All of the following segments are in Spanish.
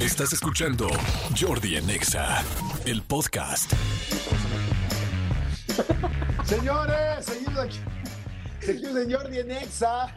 Estás escuchando Jordi en Exa, el podcast. Señores, seguimos aquí. Seguimos en Jordi en Exa.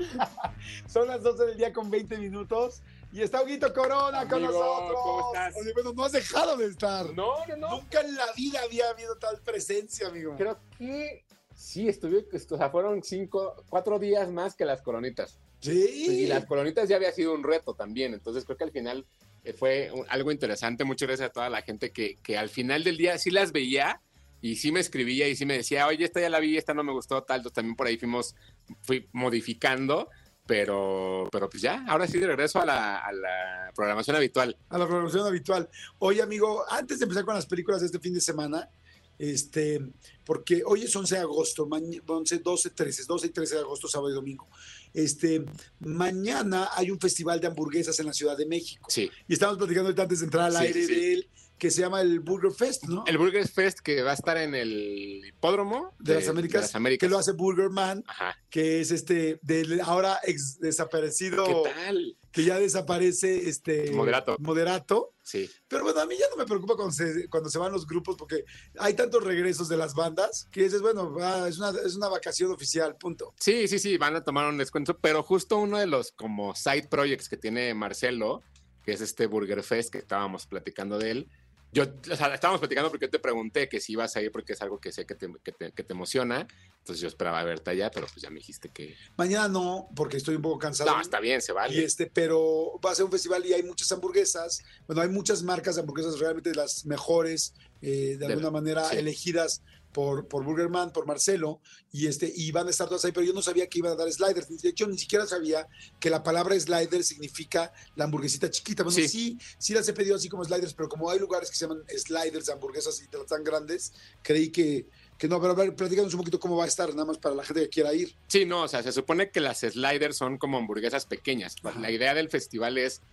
Son las 12 del día con 20 minutos. Y está Huguito Corona con Amigo, nosotros. ¿cómo estás? Oye, bueno, no has dejado de estar. No, no, no. Nunca en la vida había habido tal presencia, amigo. Creo que sí estuve, o sea, fueron cinco, cuatro días más que las coronitas. Sí. pues, Y las coronitas ya había sido un reto también, entonces creo que al final eh, fue un- algo interesante. Muchas gracias a toda la gente que, que al final del día sí las veía y sí me escribía y sí me decía, oye, esta ya la vi, esta no me gustó, tal. Entonces también por ahí fuimos, fui modificando. Pero, pero pues ya, ahora sí de regreso a la, a la programación habitual. A la programación habitual. Oye, amigo, antes de empezar con las películas de este fin de semana, este, porque hoy es 11 de agosto, maña- 11, 12, 13, es 12 y 13 de agosto, sábado y domingo. Este, mañana hay un festival de hamburguesas en la Ciudad de México. Sí. Y estábamos platicando ahorita antes de entrar al Sí, aire sí. de él, que se llama el Burger Fest, ¿no? El Burgers Fest que va a estar en el hipódromo de, las Américas, De las Américas. que lo hace Burger Man, Ajá. que es este, del ahora ex desaparecido, ¿Qué tal? que ya desaparece este Moderato. moderato. Sí. Pero bueno, a mí ya no me preocupa cuando se, cuando se van los grupos, porque hay tantos regresos de las bandas que dices, bueno, va, es, una, es una vacación oficial, punto. Sí, sí, sí, van a tomar un descuento, pero justo uno de los como side projects que tiene Marcelo, que es este Burger Fest que estábamos platicando de él. Yo, o sea, estábamos platicando porque yo te pregunté que si ibas a ir porque es algo que sé que te, que te- que te emociona. Entonces yo esperaba verte allá, pero pues ya me dijiste que... Mañana no, porque estoy un poco cansado. No, está bien, se Y vale. este, pero va a ser un festival y hay muchas hamburguesas. Bueno, hay muchas marcas de hamburguesas realmente las mejores, eh, de, alguna manera sí. elegidas por, por Burgerman, por Marcelo, y este, y van a estar todas ahí, pero yo no sabía que iban a dar sliders. De hecho, ni siquiera sabía que la palabra slider significa la hamburguesita chiquita. Bueno, sí, Sí. sí, las he pedido así como sliders, pero como hay lugares que se llaman sliders, de hamburguesas y de- tan grandes, creí que, que no, pero a ver, platícanos un poquito cómo va a estar, nada más para la gente que quiera ir. Sí, no, o sea, se supone que las sliders son como hamburguesas pequeñas. Pues, Ajá. La idea del festival es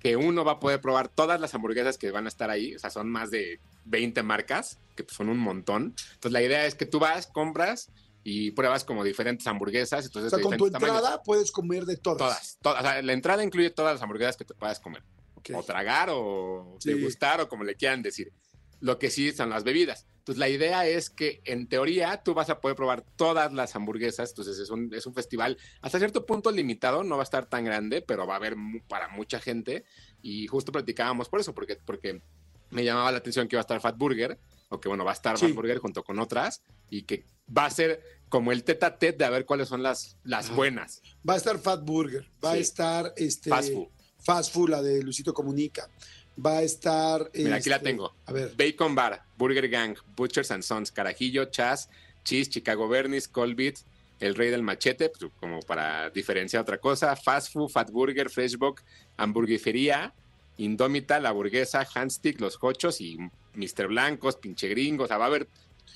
que uno va a poder probar todas las hamburguesas que van a estar ahí. O sea, son más de 20 marcas, que pues, son un montón. Entonces, la idea es que tú vas, compras y pruebas como diferentes hamburguesas. O Entonces, sea, de con tu diferentes tamaños. entrada pues. puedes comer de todas. Todas, todas. O sea, la entrada incluye todas las hamburguesas que te puedas comer Ok. o tragar o Sí. degustar o como le quieran decir. Lo que sí son las bebidas. Entonces la idea es que en teoría tú vas a poder probar todas las hamburguesas. Entonces es un, es un festival hasta cierto punto limitado, no va a estar tan grande, pero va a haber mu- para mucha gente. Y justo platicábamos por eso, porque, porque me llamaba la atención que iba a estar Fat Burger, o que bueno, va a estar Sí. Fat Burger junto con otras, y que va a ser como el tete a tete de a ver cuáles son las, las Ah. buenas. Va a estar Fat Burger, va a Sí. estar este, Fast food. Fast Food, la de Luisito Comunica. Va a estar. Mira, aquí la este, tengo. A ver, Bacon Bar, Burger Gang, Butchers and Sons, Carajillo, Chas, Cheese, Chicago Bernis, Colbit, El Rey del Machete, pues, como para diferenciar otra cosa, Fast Food, Fat Burger, Freshbox, Hamburguefería, Indómita, La Burguesa, Handstick, Los Cochos y Mr. Blancos, Pinche Gringos, o sea, va a haber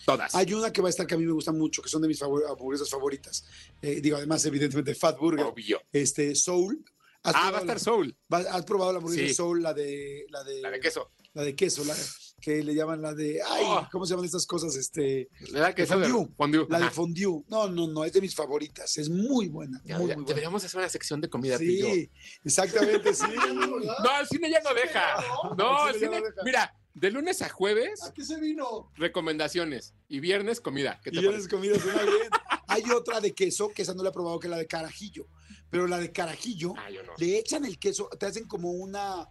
todas. hay una que va a estar que a mí me gusta mucho, que son de mis favor- hamburguesas favoritas. Eh, digo, además, evidentemente, Fat Burger. Obvio. Este, Soul. ¿Has Ah, probado va a estar la- Soul, va- ¿Has probado la hamburguesa Sí. Soul, la de. La de, la de queso. la de queso, la que le llaman la de. Ay, Oh. ¿cómo se llaman estas cosas? Este, La de queso de fondue. fondue. la de Ajá. fondue. No, no, no, es de mis favoritas. Es muy buena. muy, Ya, ya, muy buena. Deberíamos hacer una sección de comida tú y yo. Sí, exactamente, sí. No, el cine ya no deja. No, el cine. deja. Mira, de lunes a jueves ¿A qué se vino? recomendaciones y viernes comida. ¿Qué te Y ya parece? les comida suena bien. Hay otra de queso, que esa no la he probado, que es la de carajillo. Pero la de carajillo, Ah, yo no. le echan el queso, te hacen como una.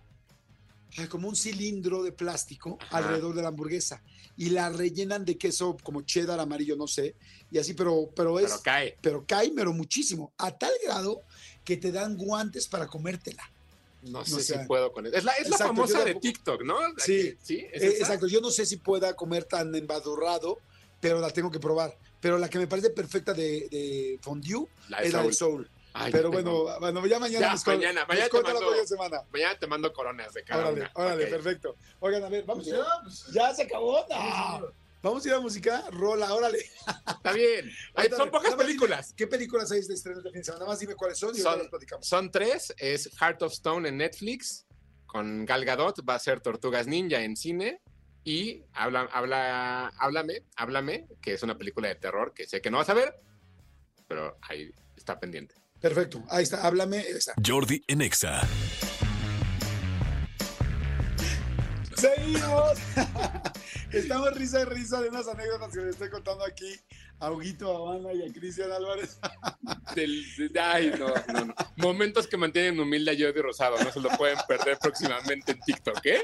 ay, Como un cilindro de plástico Ajá. alrededor de la hamburguesa y la rellenan de queso como cheddar amarillo, no sé, y así, pero, pero es, Pero cae. pero cae, pero muchísimo, a tal grado que te dan guantes para comértela. No o sé sea, si puedo con eso. Es la, es la exacto, yo famosa de tampoco. TikTok, ¿no? Sí. Sí, ¿Es Eh, esa? exacto, yo no sé si pueda comer tan embadurrado, pero la tengo que probar. Pero la que me parece perfecta de, de fondue La de es la de Saúl. Soul. Ay, Pero yo te bueno, mando. bueno, ya mañana Ya, nos con- mañana, nos mañana te cuenta la mando. próxima semana. Mañana te mando coronas de cada Órale, una. órale, Ok. perfecto. Oigan, a ver, vamos a ir. Ya se acabó. No. Vamos a ir a música, rola, órale. Está bien. Ay, Cuéntame, son pocas nada más dime, películas. ¿Qué películas hay de estreno de fin de semana? Nada más dime cuáles son y ahora Son- las platicamos. Son tres. Es Heart of Stone en Netflix. Con Gal Gadot va a ser Tortugas Ninja en cine. Y habla, habla, háblame, háblame, que es una película de terror que sé que no vas a ver, pero ahí está pendiente. Perfecto, ahí está, háblame. ahí está. Jordi en Exa. Seguimos. Estamos risa y risa de unas anécdotas que les estoy contando aquí a Huguito Habana y a Cristian Álvarez. Del- de- ay, no, no, no. Momentos que mantienen humilde a Jordi Rosado. No se lo pueden perder próximamente en TikTok, ¿eh?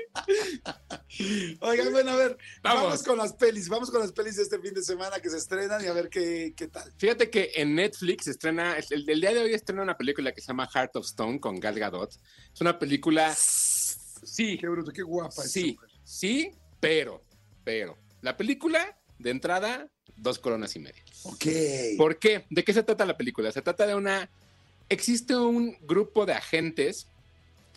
Oigan, bueno, a ver, vamos. Vamos. con las pelis, vamos con las pelis de este fin de semana que se estrenan y a ver qué, qué tal. Fíjate que en Netflix estrena, el, el día de hoy estrena una película que se llama Heart of Stone con Gal Gadot. Es una película, sí, Qué bruto, qué guapa. esta sí, mujer. sí, pero, pero. La película, de entrada, dos coronas y media. Ok. ¿Por qué? ¿De qué se trata la película? Se trata de una... Existe un grupo de agentes,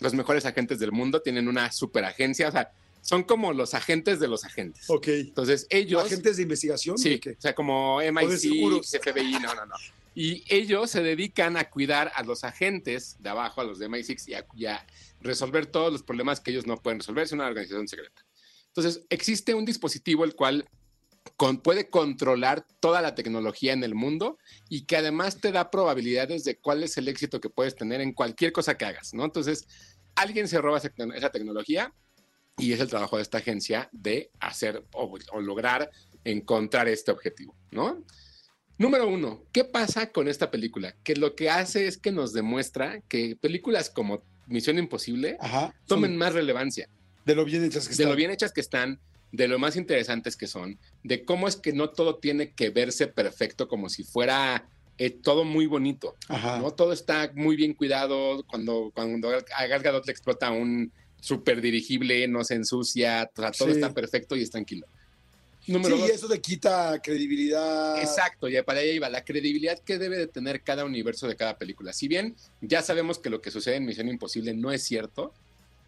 los mejores agentes del mundo, tienen una superagencia, o sea, son como los agentes de los agentes. Ok. Entonces ellos... ¿Agentes de investigación? Sí, ¿O qué? o sea, como de MIC, seguros. FBI, no, no, no. Y ellos se dedican a cuidar a los agentes de abajo, a los de MI6, y a, y a resolver todos los problemas que ellos no pueden resolver. Es una organización secreta. Entonces, existe un dispositivo el cual con- puede controlar toda la tecnología en el mundo y que además te da probabilidades de cuál es el éxito que puedes tener en cualquier cosa que hagas, ¿no? Entonces, alguien se roba esa, tecno- esa tecnología y es el trabajo de esta agencia de hacer o- o lograr encontrar este objetivo, ¿no? Número uno, ¿qué pasa con esta película? Que lo que hace es que nos demuestra que películas como Misión Imposible Ajá. tomen más relevancia De lo bien hechas que de están. lo bien hechas que están, de lo más interesantes que son, de cómo es que no todo tiene que verse perfecto como si fuera eh, todo muy bonito, Ajá. ¿no? Todo está muy bien cuidado, cuando, cuando a Gal Gadot le explota un super dirigible, no se ensucia, o sea, todo Sí. está perfecto y es tranquilo. Sí, Número dos. y eso te quita credibilidad. Exacto, ya para allá iba la credibilidad que debe de tener cada universo de cada película. Si bien ya sabemos que lo que sucede en Misión Imposible no es cierto,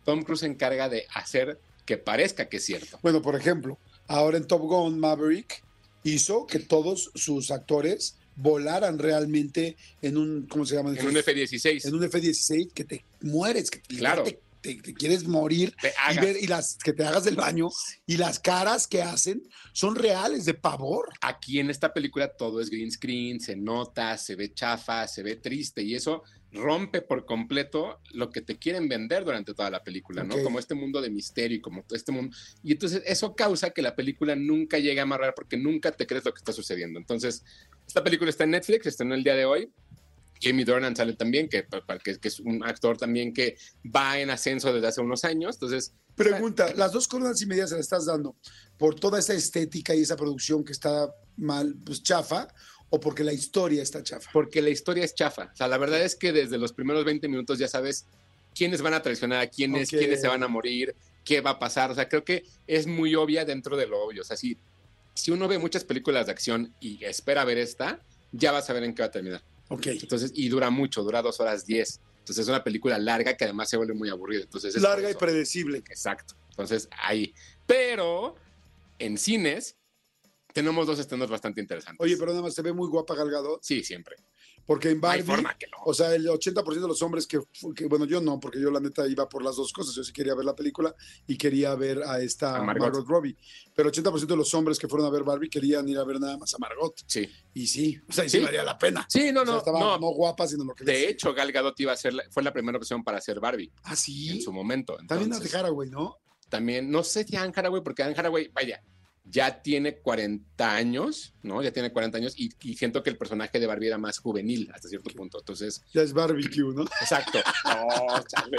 Tom Cruise se encarga de hacer que parezca que es cierto. Bueno, por ejemplo, ahora en Top Gun Maverick hizo que todos sus actores volaran realmente en un, ¿cómo se llama? En un F-16. En un F-16 que te mueres, que te- Claro. te- te- te quieres morir te y, hagas. ver- y las que te hagas del baño y las caras que hacen son reales de pavor. Aquí en esta película todo es green screen, se nota, se ve chafa, se ve triste y eso rompe por completo lo que te quieren vender durante toda la película, Ok. ¿no? Como este mundo de misterio y como todo este mundo. Y entonces eso causa que la película nunca llegue a amarrar porque nunca te crees lo que está sucediendo. Entonces, esta película está en Netflix, estrenó el día de hoy. Jamie Dornan sale también, que, que- que es un actor también que va en ascenso desde hace unos años. Entonces, Pregunta, las dos coronas y media se las estás dando por toda esa estética y esa producción que está mal, pues chafa, o porque la historia está chafa. porque la historia es chafa. O sea, la verdad es que desde los primeros 20 minutos ya sabes quiénes van a traicionar a quiénes, Ok. quiénes se van a morir, qué va a pasar. O sea, creo que es muy obvia dentro de lo obvio. O sea, si, si uno ve muchas películas de acción y espera ver esta, ya vas a ver en qué va a terminar. Ok. Entonces, y dura mucho, dura dos horas diez. Entonces es una película larga que además se vuelve muy aburrida. Entonces, es Larga por y eso. predecible. Exacto. Entonces, ahí. Pero en cines tenemos dos estrenos bastante interesantes. Oye, pero nada más se ve muy guapa Gal Gadot, Sí, siempre. porque en No hay Barbie, forma que no. o sea, el 80% de los hombres que, fu- que- bueno, yo no, porque yo la neta iba por las dos cosas, yo sí quería ver la película y quería ver a esta A Margot. Margot. Robbie, pero 80% de los hombres que fueron a ver Barbie querían ir a ver nada más a Margot, Sí. y sí, o sea, y sí, Sí. valía la pena. Sí, no, O sea, no, estaba no. no guapa, sino lo que De hecho, Gal Gadot iba a ser la- fue la primera opción para hacer Barbie Ah, en sí. su momento. También a Entonces, dejar güey, ¿no? también, no sé si Anne Haraway, porque Anne Haraway, vaya, ya tiene 40 años, ¿no? Ya tiene 40 años y, y siento que el personaje de Barbie era más juvenil hasta cierto punto. Entonces, Ya es barbecue, ¿no? exacto. No, chale.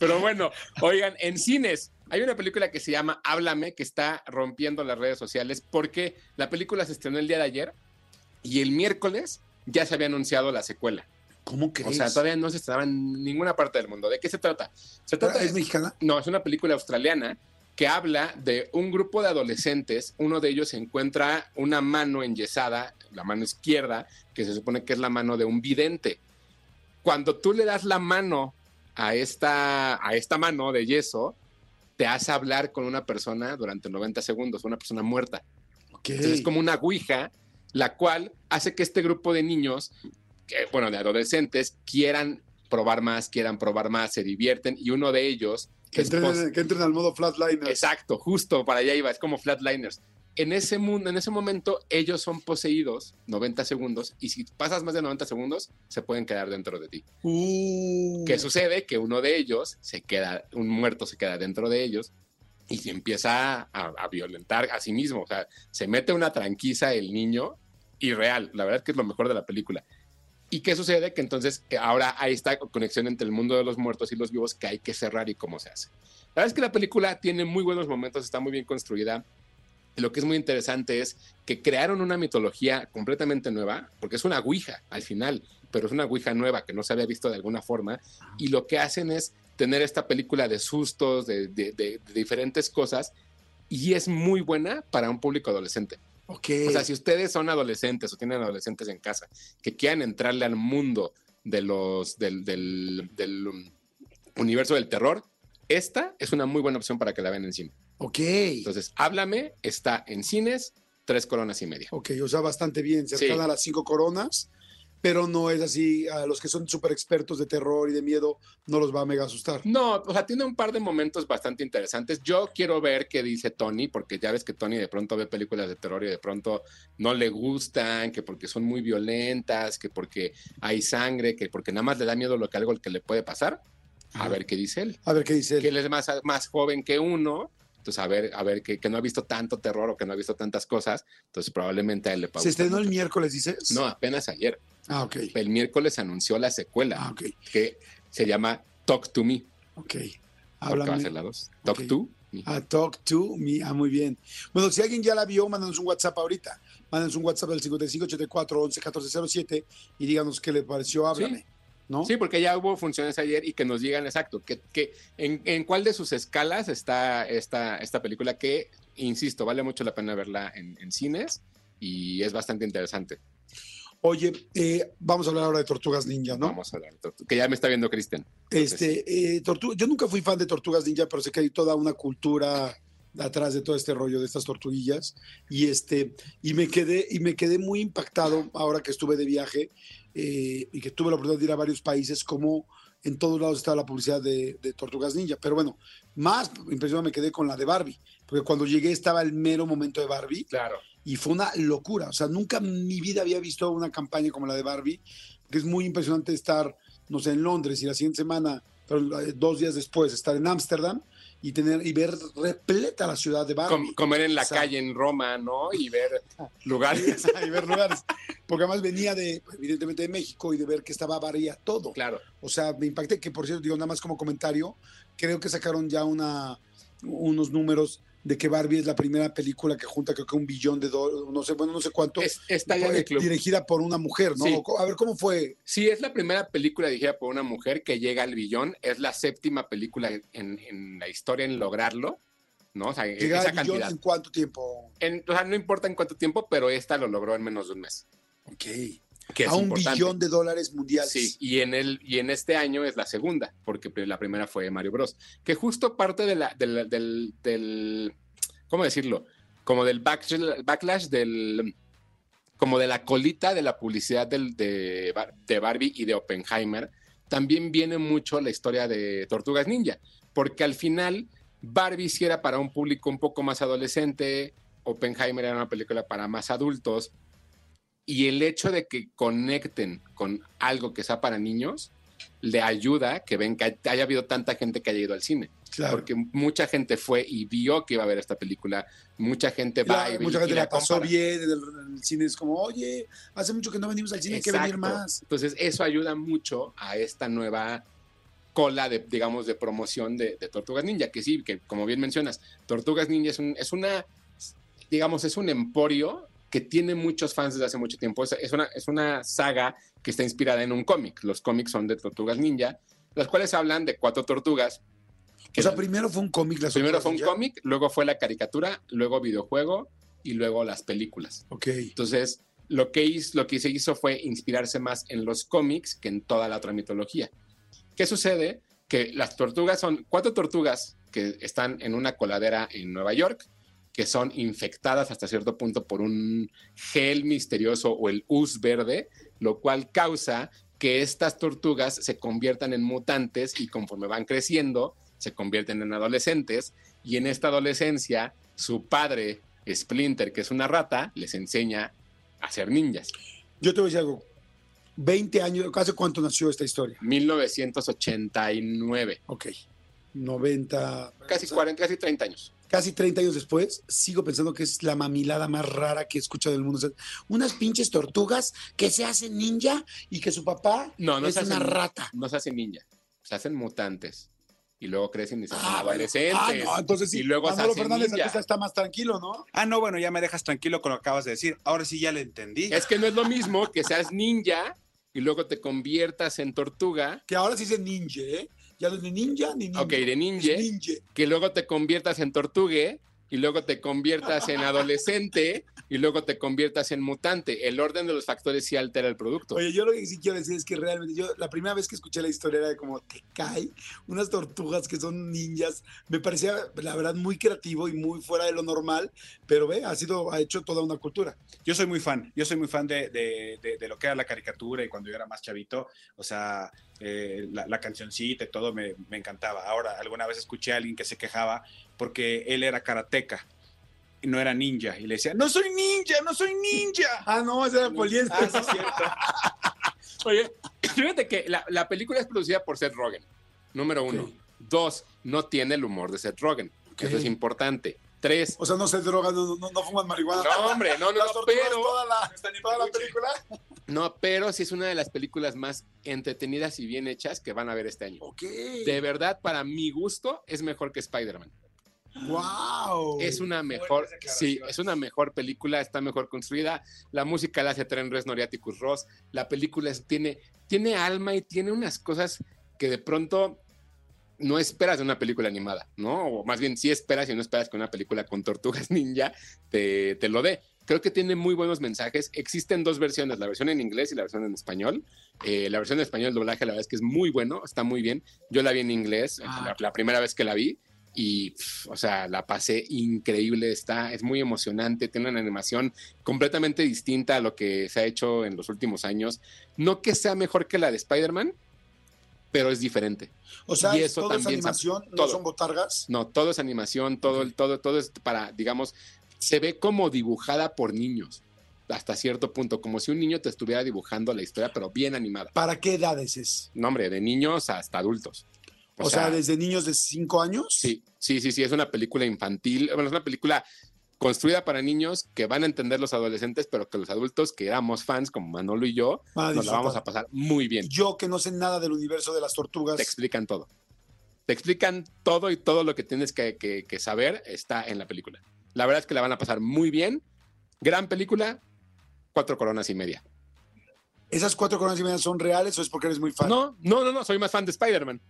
Pero bueno, oigan, en cines hay una película que se llama Háblame, que está rompiendo las redes sociales porque la película se estrenó el día de ayer y el miércoles ya se había anunciado la secuela. ¿Cómo crees? O sea, todavía no se estrenaba en ninguna parte del mundo. ¿De qué se trata? Se trata ¿Es de- mexicana? no, es una película australiana que habla de un grupo de adolescentes. Uno de ellos encuentra una mano enyesada, la mano izquierda, que se supone que es la mano de un vidente. Cuando tú le das la mano a esta, a esta mano de yeso, te hace hablar con una persona durante 90 segundos, una persona muerta. Ok. Entonces es como una ouija, la cual hace que este grupo de niños, que, bueno, de adolescentes, quieran probar más, quieran probar más, se divierten y uno de ellos... que, es pos- entren, que entren al modo flatliner. Exacto, justo para allá iba, es como Flatliners. en ese mundo, en ese momento, ellos son poseídos 90 segundos y si pasas más de 90 segundos, se pueden quedar dentro de ti. Uh. ¿Qué sucede? Que uno de ellos se queda, un muerto se queda dentro de ellos y se empieza a, a violentar a sí mismo. O sea, se mete una tranquiza el niño y real. La verdad es que es lo mejor de la película. ¿Y qué sucede? Que entonces eh, ahora hay esta conexión entre el mundo de los muertos y los vivos que hay que cerrar y cómo se hace. La verdad es que la película tiene muy buenos momentos, está muy bien construida. Y Lo que es muy interesante es que crearon una mitología completamente nueva, porque es una Ouija al final, pero es una Ouija nueva que no se había visto de alguna forma. Y lo que hacen es tener esta película de sustos, de, de- de- de diferentes cosas, y es muy buena para un público adolescente. Ok. O sea, si ustedes son adolescentes o tienen adolescentes en casa que quieran entrarle al mundo de los del, del- del, um, universo del terror, esta es una muy buena opción para que la vean en cine. ok. Entonces, háblame, está en cines, tres coronas y media. ok, o sea, bastante bien, cercana Sí. a las cinco coronas, pero no es así. A los que son súper expertos de terror y de miedo, no los va a mega asustar. No, o sea, tiene un par de momentos bastante interesantes. Yo quiero ver qué dice Tony, porque ya ves que Tony de pronto ve películas de terror y de pronto no le gustan, que porque son muy violentas, que porque hay sangre, que porque nada más le da miedo lo que algo que le puede pasar. A Ajá. ver qué dice él. A ver qué dice él. que él es más, más joven que uno, entonces a ver, a ver, que, que no ha visto tanto terror o que no ha visto tantas cosas, entonces probablemente a él le ¿Se pausa. estrenó el miércoles, dices? No, apenas ayer. Ah, ok. El miércoles anunció la Ah, secuela ok. que se llama Talk to Me, Ok. porque va a Háblame. ser la dos. Talk Ok. to Me. Ah, talk to me. Ah, muy bien. Bueno, si alguien ya la vio, mándanos un WhatsApp ahorita. Mándanos un WhatsApp del 5584 11 1407 y díganos qué le pareció. Háblame. ¿No? Sí, porque ya hubo funciones ayer y que nos digan exacto que, que en, en cuál de sus escalas está esta, esta película que, insisto, vale mucho la pena verla en, en cines y es bastante interesante. Oye, eh, vamos a hablar ahora de Tortugas Ninja, ¿no? Vamos a hablar. Que ya me está viendo Cristian. Este, eh, tortu- yo nunca fui fan de Tortugas Ninja, pero sé que hay toda una cultura atrás de todo este rollo de estas tortuguillas y este y me quedé y me quedé muy impactado ahora que estuve de viaje eh, y que tuve la oportunidad de ir a varios países como en todos lados estaba la publicidad de, de Tortugas Ninja pero bueno más impresionado me quedé con la de Barbie porque cuando llegué estaba el mero momento de Barbie Claro. y fue una locura. O sea, nunca en mi vida había visto una campaña como la de Barbie, que es muy impresionante estar, no sé, en Londres y la siguiente semana, pero eh, dos días después, estar en Ámsterdam y tener y ver repleta la ciudad de Barbie. Com- comer en la O sea, calle en Roma, ¿no? Y ver lugares. y ver lugares. Porque además venía de, evidentemente, de México y de ver que estaba Barbie a todo. Claro. O sea, me impacté que, por cierto, digo nada más como comentario, creo que sacaron ya una, unos números de que Barbie es la primera película que junta creo que un billón de dólares, no sé, bueno, no sé cuánto. Es, está ya en Fue el club. dirigida por una mujer, ¿no? Sí. O co- A ver, ¿cómo fue? Sí, es la primera película dirigida por una mujer que llega al billón. Es la séptima película en, en la historia en lograrlo, ¿no? O sea, en Llegar esa al billón cantidad. en cuánto tiempo? En- o sea, no importa en cuánto tiempo, pero esta lo logró en menos de un mes. Ok. Que es a un importante. billón de dólares mundiales. Sí, y en, el, y en este año es la segunda, porque pri- la primera fue Mario Bros. Que justo parte de la, de la- del, del- ¿cómo decirlo? Como del backlash, backlash del, como de la colita de la publicidad del, de, Bar- de Barbie y de Oppenheimer, también viene mucho la historia de Tortugas Ninja, porque al final Barbie sí era para un público un poco más adolescente, Oppenheimer era una película para más adultos, y el hecho de que conecten con algo que sea para niños le ayuda que ven que haya habido tanta gente que haya ido al cine, claro. porque mucha gente fue y vio que iba a ver esta película, mucha gente La- va y, mucha y gente la la pasó compara. bien en el, en el cine. Es como, oye, hace mucho que no venimos al cine, hay que venir Exacto. más. Entonces, eso ayuda mucho a esta nueva cola de, digamos, de promoción de, de Tortugas Ninja, que sí, que como bien mencionas, Tortugas Ninja es, un- es una, digamos, es un emporio que tiene muchos fans desde hace mucho tiempo. Es, es una, es una saga que está inspirada en un cómic. Los cómics son de Tortugas Ninja, las cuales hablan de cuatro tortugas. que O sea, eran- primero fue un cómic. las primero otras, fue un ya. cómic, luego fue la caricatura, luego videojuego y luego las películas. Ok. Entonces, lo que, hizo, lo que se hizo fue inspirarse más en los cómics que en toda la otra mitología. ¿Qué sucede? Que las tortugas son cuatro tortugas que están en una coladera en Nueva York, que son infectadas hasta cierto punto por un gel misterioso o el hus verde, lo cual causa que estas tortugas se conviertan en mutantes y conforme van creciendo, se convierten en adolescentes y en esta adolescencia su padre Splinter, que es una rata, les enseña a ser ninjas. Yo te voy a decir algo. 20 años, ¿hace cuánto nació esta historia? 1989. Ok. 90. Casi o sea, 40, casi 30 años. Casi 30 años después, sigo pensando que es la mamilada más rara que he escuchado del mundo. O sea, unas pinches tortugas que se hacen ninja y que su papá No, no es se hacen- una rata. No se hacen ninja, se hacen mutantes. Y luego crecen y se hacen Ah, bueno. adolescentes. Ah, no, entonces sí. Y luego se Manolo hacen Fernández ninja. Acosta está más tranquilo, ¿no? Ah, no, bueno, ya me dejas tranquilo con lo que acabas de decir. Ahora sí ya le entendí. Es que no es lo mismo que seas ninja y luego te conviertas en tortuga, Que ahora sí dice ninja, ¿eh? Ya no es ni ninja ni ninja. ok, de Es ninja, ninja. que luego te conviertas en tortugue y luego te conviertas en adolescente y luego te conviertas en mutante. El orden de los factores sí altera el producto. Oye, yo lo que sí quiero decir es que realmente yo la primera vez que escuché la historia era de como te cae unas tortugas que son ninjas. Me parecía la verdad muy creativo y muy fuera de lo normal, pero ve, ha sido ha hecho toda una cultura. Yo soy muy fan, yo soy muy fan de, de- de- de lo que era la caricatura y cuando yo era más chavito, o sea, eh, la, la cancioncita y todo me, me encantaba. Ahora, alguna vez escuché a alguien que se quejaba porque él era karateca y no era ninja y le decía, no soy ninja, no soy ninja. Ah, no, ese era poliéster. Ah, sí, es cierto. Oye, fíjate que la, la película es producida por Seth Rogen, número uno. Ok. Dos, no tiene el humor de Seth Rogen. Ok. Eso es importante. Tres, O sea, no se drogan, no, no, no fuman marihuana. no, hombre, no, no, Las no, tortugas pero, toda la, toda la película. no, pero sí es una de las películas más entretenidas y bien hechas que van a ver este año. Ok. De verdad, para mi gusto, es mejor que Spider-Man. Wow. Es una mejor, sí, declaraciones. es una mejor película, está mejor construida. La música la hace Tren Reznor y Atticus Ross. La película es- tiene, tiene alma y tiene unas cosas que de pronto no esperas de una película animada, ¿no? O más bien sí esperas y no esperas que una película con tortugas ninja te, te lo dé. Creo que tiene muy buenos mensajes. Existen dos versiones, la versión en inglés y la versión en español. Eh, la versión en español, el doblaje, la verdad es que es muy bueno, está muy bien. Yo la vi en inglés, Ah. la, la primera vez que la vi, y, pf, o sea, la pasé increíble, está, es muy emocionante, tiene una animación completamente distinta a lo que se ha hecho en los últimos años. No que sea mejor que la de Spider-Man, pero es diferente. O sea, y eso todo es también, animación, no todo. son botargas. No, todo es animación, todo, el- todo, todo es para, digamos, se ve como dibujada por niños, hasta cierto punto, como si un niño te estuviera dibujando la historia, pero bien animada. ¿Para qué edades es? No, hombre, de niños hasta adultos. O, sea, desde niños de 5 años. Sí, sí, sí, sí, es una película infantil, bueno, es una película construida para niños que van a entender los adolescentes, pero que los adultos que éramos fans, como Manolo y yo, Van a nos la disfrutar. vamos a pasar muy bien. Yo que no sé nada del universo de las tortugas. Te explican todo. Te explican todo y todo lo que tienes que, que- que saber está en la película. La verdad es que la van a pasar muy bien. Gran película, cuatro coronas y media. ¿Esas cuatro coronas y media son reales o es porque eres muy fan? No, no, no, no, soy más fan de Spider-Man.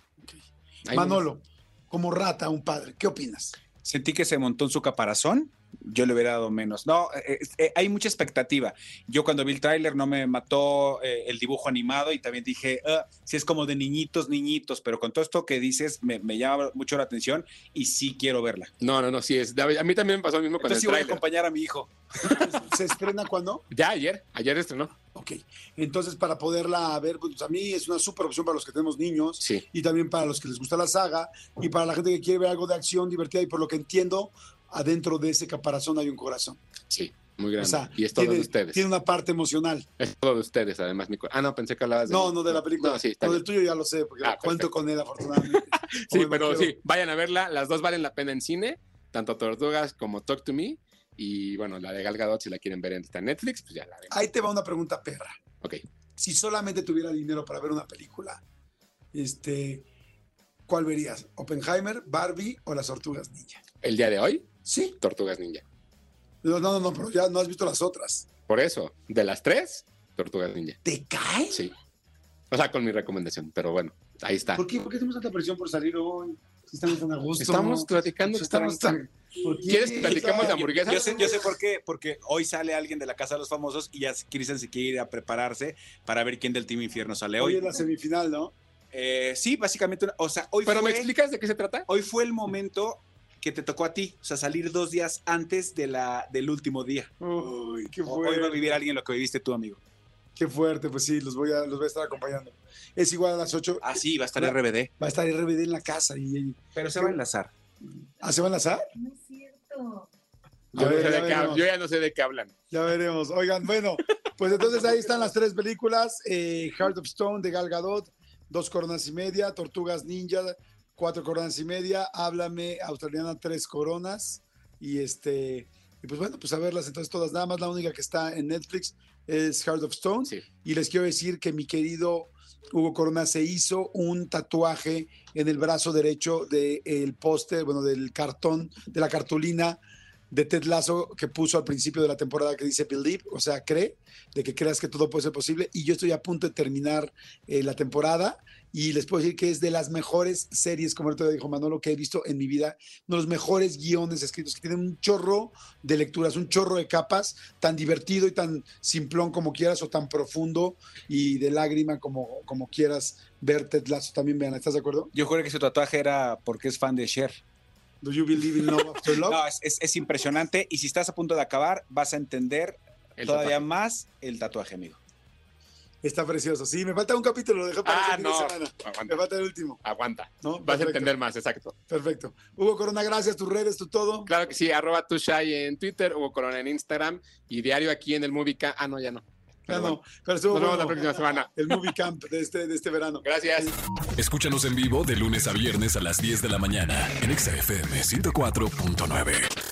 Ahí Manolo, como rata, un padre, ¿qué opinas? Sentí que se montó en su caparazón. Yo le hubiera dado menos. No, eh, eh, hay mucha expectativa. Yo cuando vi el tráiler no me mató eh, el dibujo animado y también dije, si es como de niñitos, niñitos, pero con todo esto que dices me, me llama mucho la atención y sí quiero verla. No, no, no, sí es. A mí también me pasó lo mismo con Entonces sí el voy a tráiler. acompañar a mi hijo. ¿Se estrena cuándo? Ya ayer, ayer estrenó. Ok. Entonces, para poderla ver, pues a mí es una super opción para los que tenemos niños Sí. y también para los que les gusta la saga y para la gente que quiere ver algo de acción divertida y por lo que entiendo, adentro de ese caparazón hay un corazón. Sí, muy grande. O sea, y es todo tiene, de ustedes. tiene una parte emocional. Es todo de ustedes, además. mi cu- Ah, no, pensé que hablabas de. No, mí. no de la película. No, sí, está Lo bien. del tuyo ya lo sé, porque Ah, cuento perfecto. con él afortunadamente. Sí, Bueno, pero quiero- sí, vayan a verla. Las dos valen la pena en cine, tanto Tortugas como Talk to Me. Y bueno, la de Gal Gadot, si la quieren ver en está en Netflix, pues ya la ven. Ahí te va una pregunta perra. Ok. si solamente tuviera dinero para ver una película, este, ¿cuál verías? ¿Oppenheimer, Barbie o Las Tortugas Ninja? El día de hoy, Sí. Tortugas Ninja. No, no, no, pero ya no has visto las otras. Por eso, de las tres, Tortugas Ninja. ¿Te cae? Sí. O sea, con mi recomendación, pero bueno, ahí está. ¿Por qué, ¿Por qué tenemos tanta presión por salir hoy? Si pues estamos tan a gusto. Estamos platicando. Si estamos tan... ¿Por qué? ¿Quieres que platiquemos de hamburguesas? Yo sé, yo sé por qué, porque hoy sale alguien de la Casa de los Famosos y ya Cristian se quiere ir a prepararse para ver quién del Team Infierno sale Hoy hoy. es la semifinal, ¿no? Eh, sí, básicamente, una- o sea, hoy Pero me fue... explicas de qué se trata. hoy fue el momento que te tocó a ti, o sea, salir dos días antes de la, del último día. Uy, qué Hoy va a fuerte. vivir alguien lo que viviste tú, amigo. Qué fuerte, pues sí, los voy a, los voy a estar acompañando. Es igual a las 8, Ah, sí, va a estar Claro. RBD. va a estar RBD en la casa y... Pero se va va a a enlazar. ¿Ah, se van a azar? No es cierto. Yo, A ver, no sé ya de qué hab- veremos. yo ya no sé de qué hablan. Ya veremos. Oigan, bueno, pues entonces ahí están las tres películas: eh, Heart of Stone de Gal Gadot, Dos Coronas y Media, Tortugas Ninja, Cuatro Coronas y Media, Háblame Australiana, Tres Coronas. Y este, y pues bueno, pues a verlas entonces todas. Nada más la única que está en Netflix es Heart of Stone. Sí. Y les quiero decir que mi querido Hugo Corona se hizo un tatuaje en el brazo derecho del póster, bueno, del cartón, de la cartulina de Ted Lasso que puso al principio de la temporada que dice Believe, o sea, cree, de que creas que todo puede ser posible. Y yo estoy a punto de terminar eh, la temporada y les puedo decir que es de las mejores series, como ahorita dijo Manolo, que he visto en mi vida. Uno de los mejores guiones escritos, que tienen un chorro de lecturas, un chorro de capas, tan divertido y tan simplón como quieras o tan profundo y de lágrima como, como quieras ver Ted Lasso. También vean, ¿estás de acuerdo? Yo juré que su tatuaje era porque es fan de Cher. Do you believe in love after love? No, es, es- es impresionante. Y si estás a punto de acabar, vas a entender El todavía tatuaje. más el tatuaje, amigo. Está precioso. Sí, me falta un capítulo, lo dejé para Ah, el fin de no. semana. Me Aguanta, falta el último, aguanta. ¿no? Vas a Perfecto, entender más, exacto. Perfecto. Hugo Corona, gracias, tus redes, tu todo. Claro que sí, arroba tushai en Twitter, Hugo Corona en Instagram y diario aquí en el Movica. Ah, no, ya no. Ya Pero no, bueno, pero estuvo nos vemos la bueno. próxima semana. El movie camp de este, de este verano. Gracias. Escúchanos en vivo de lunes a viernes a las 10 de la mañana en Exa FM 104.9.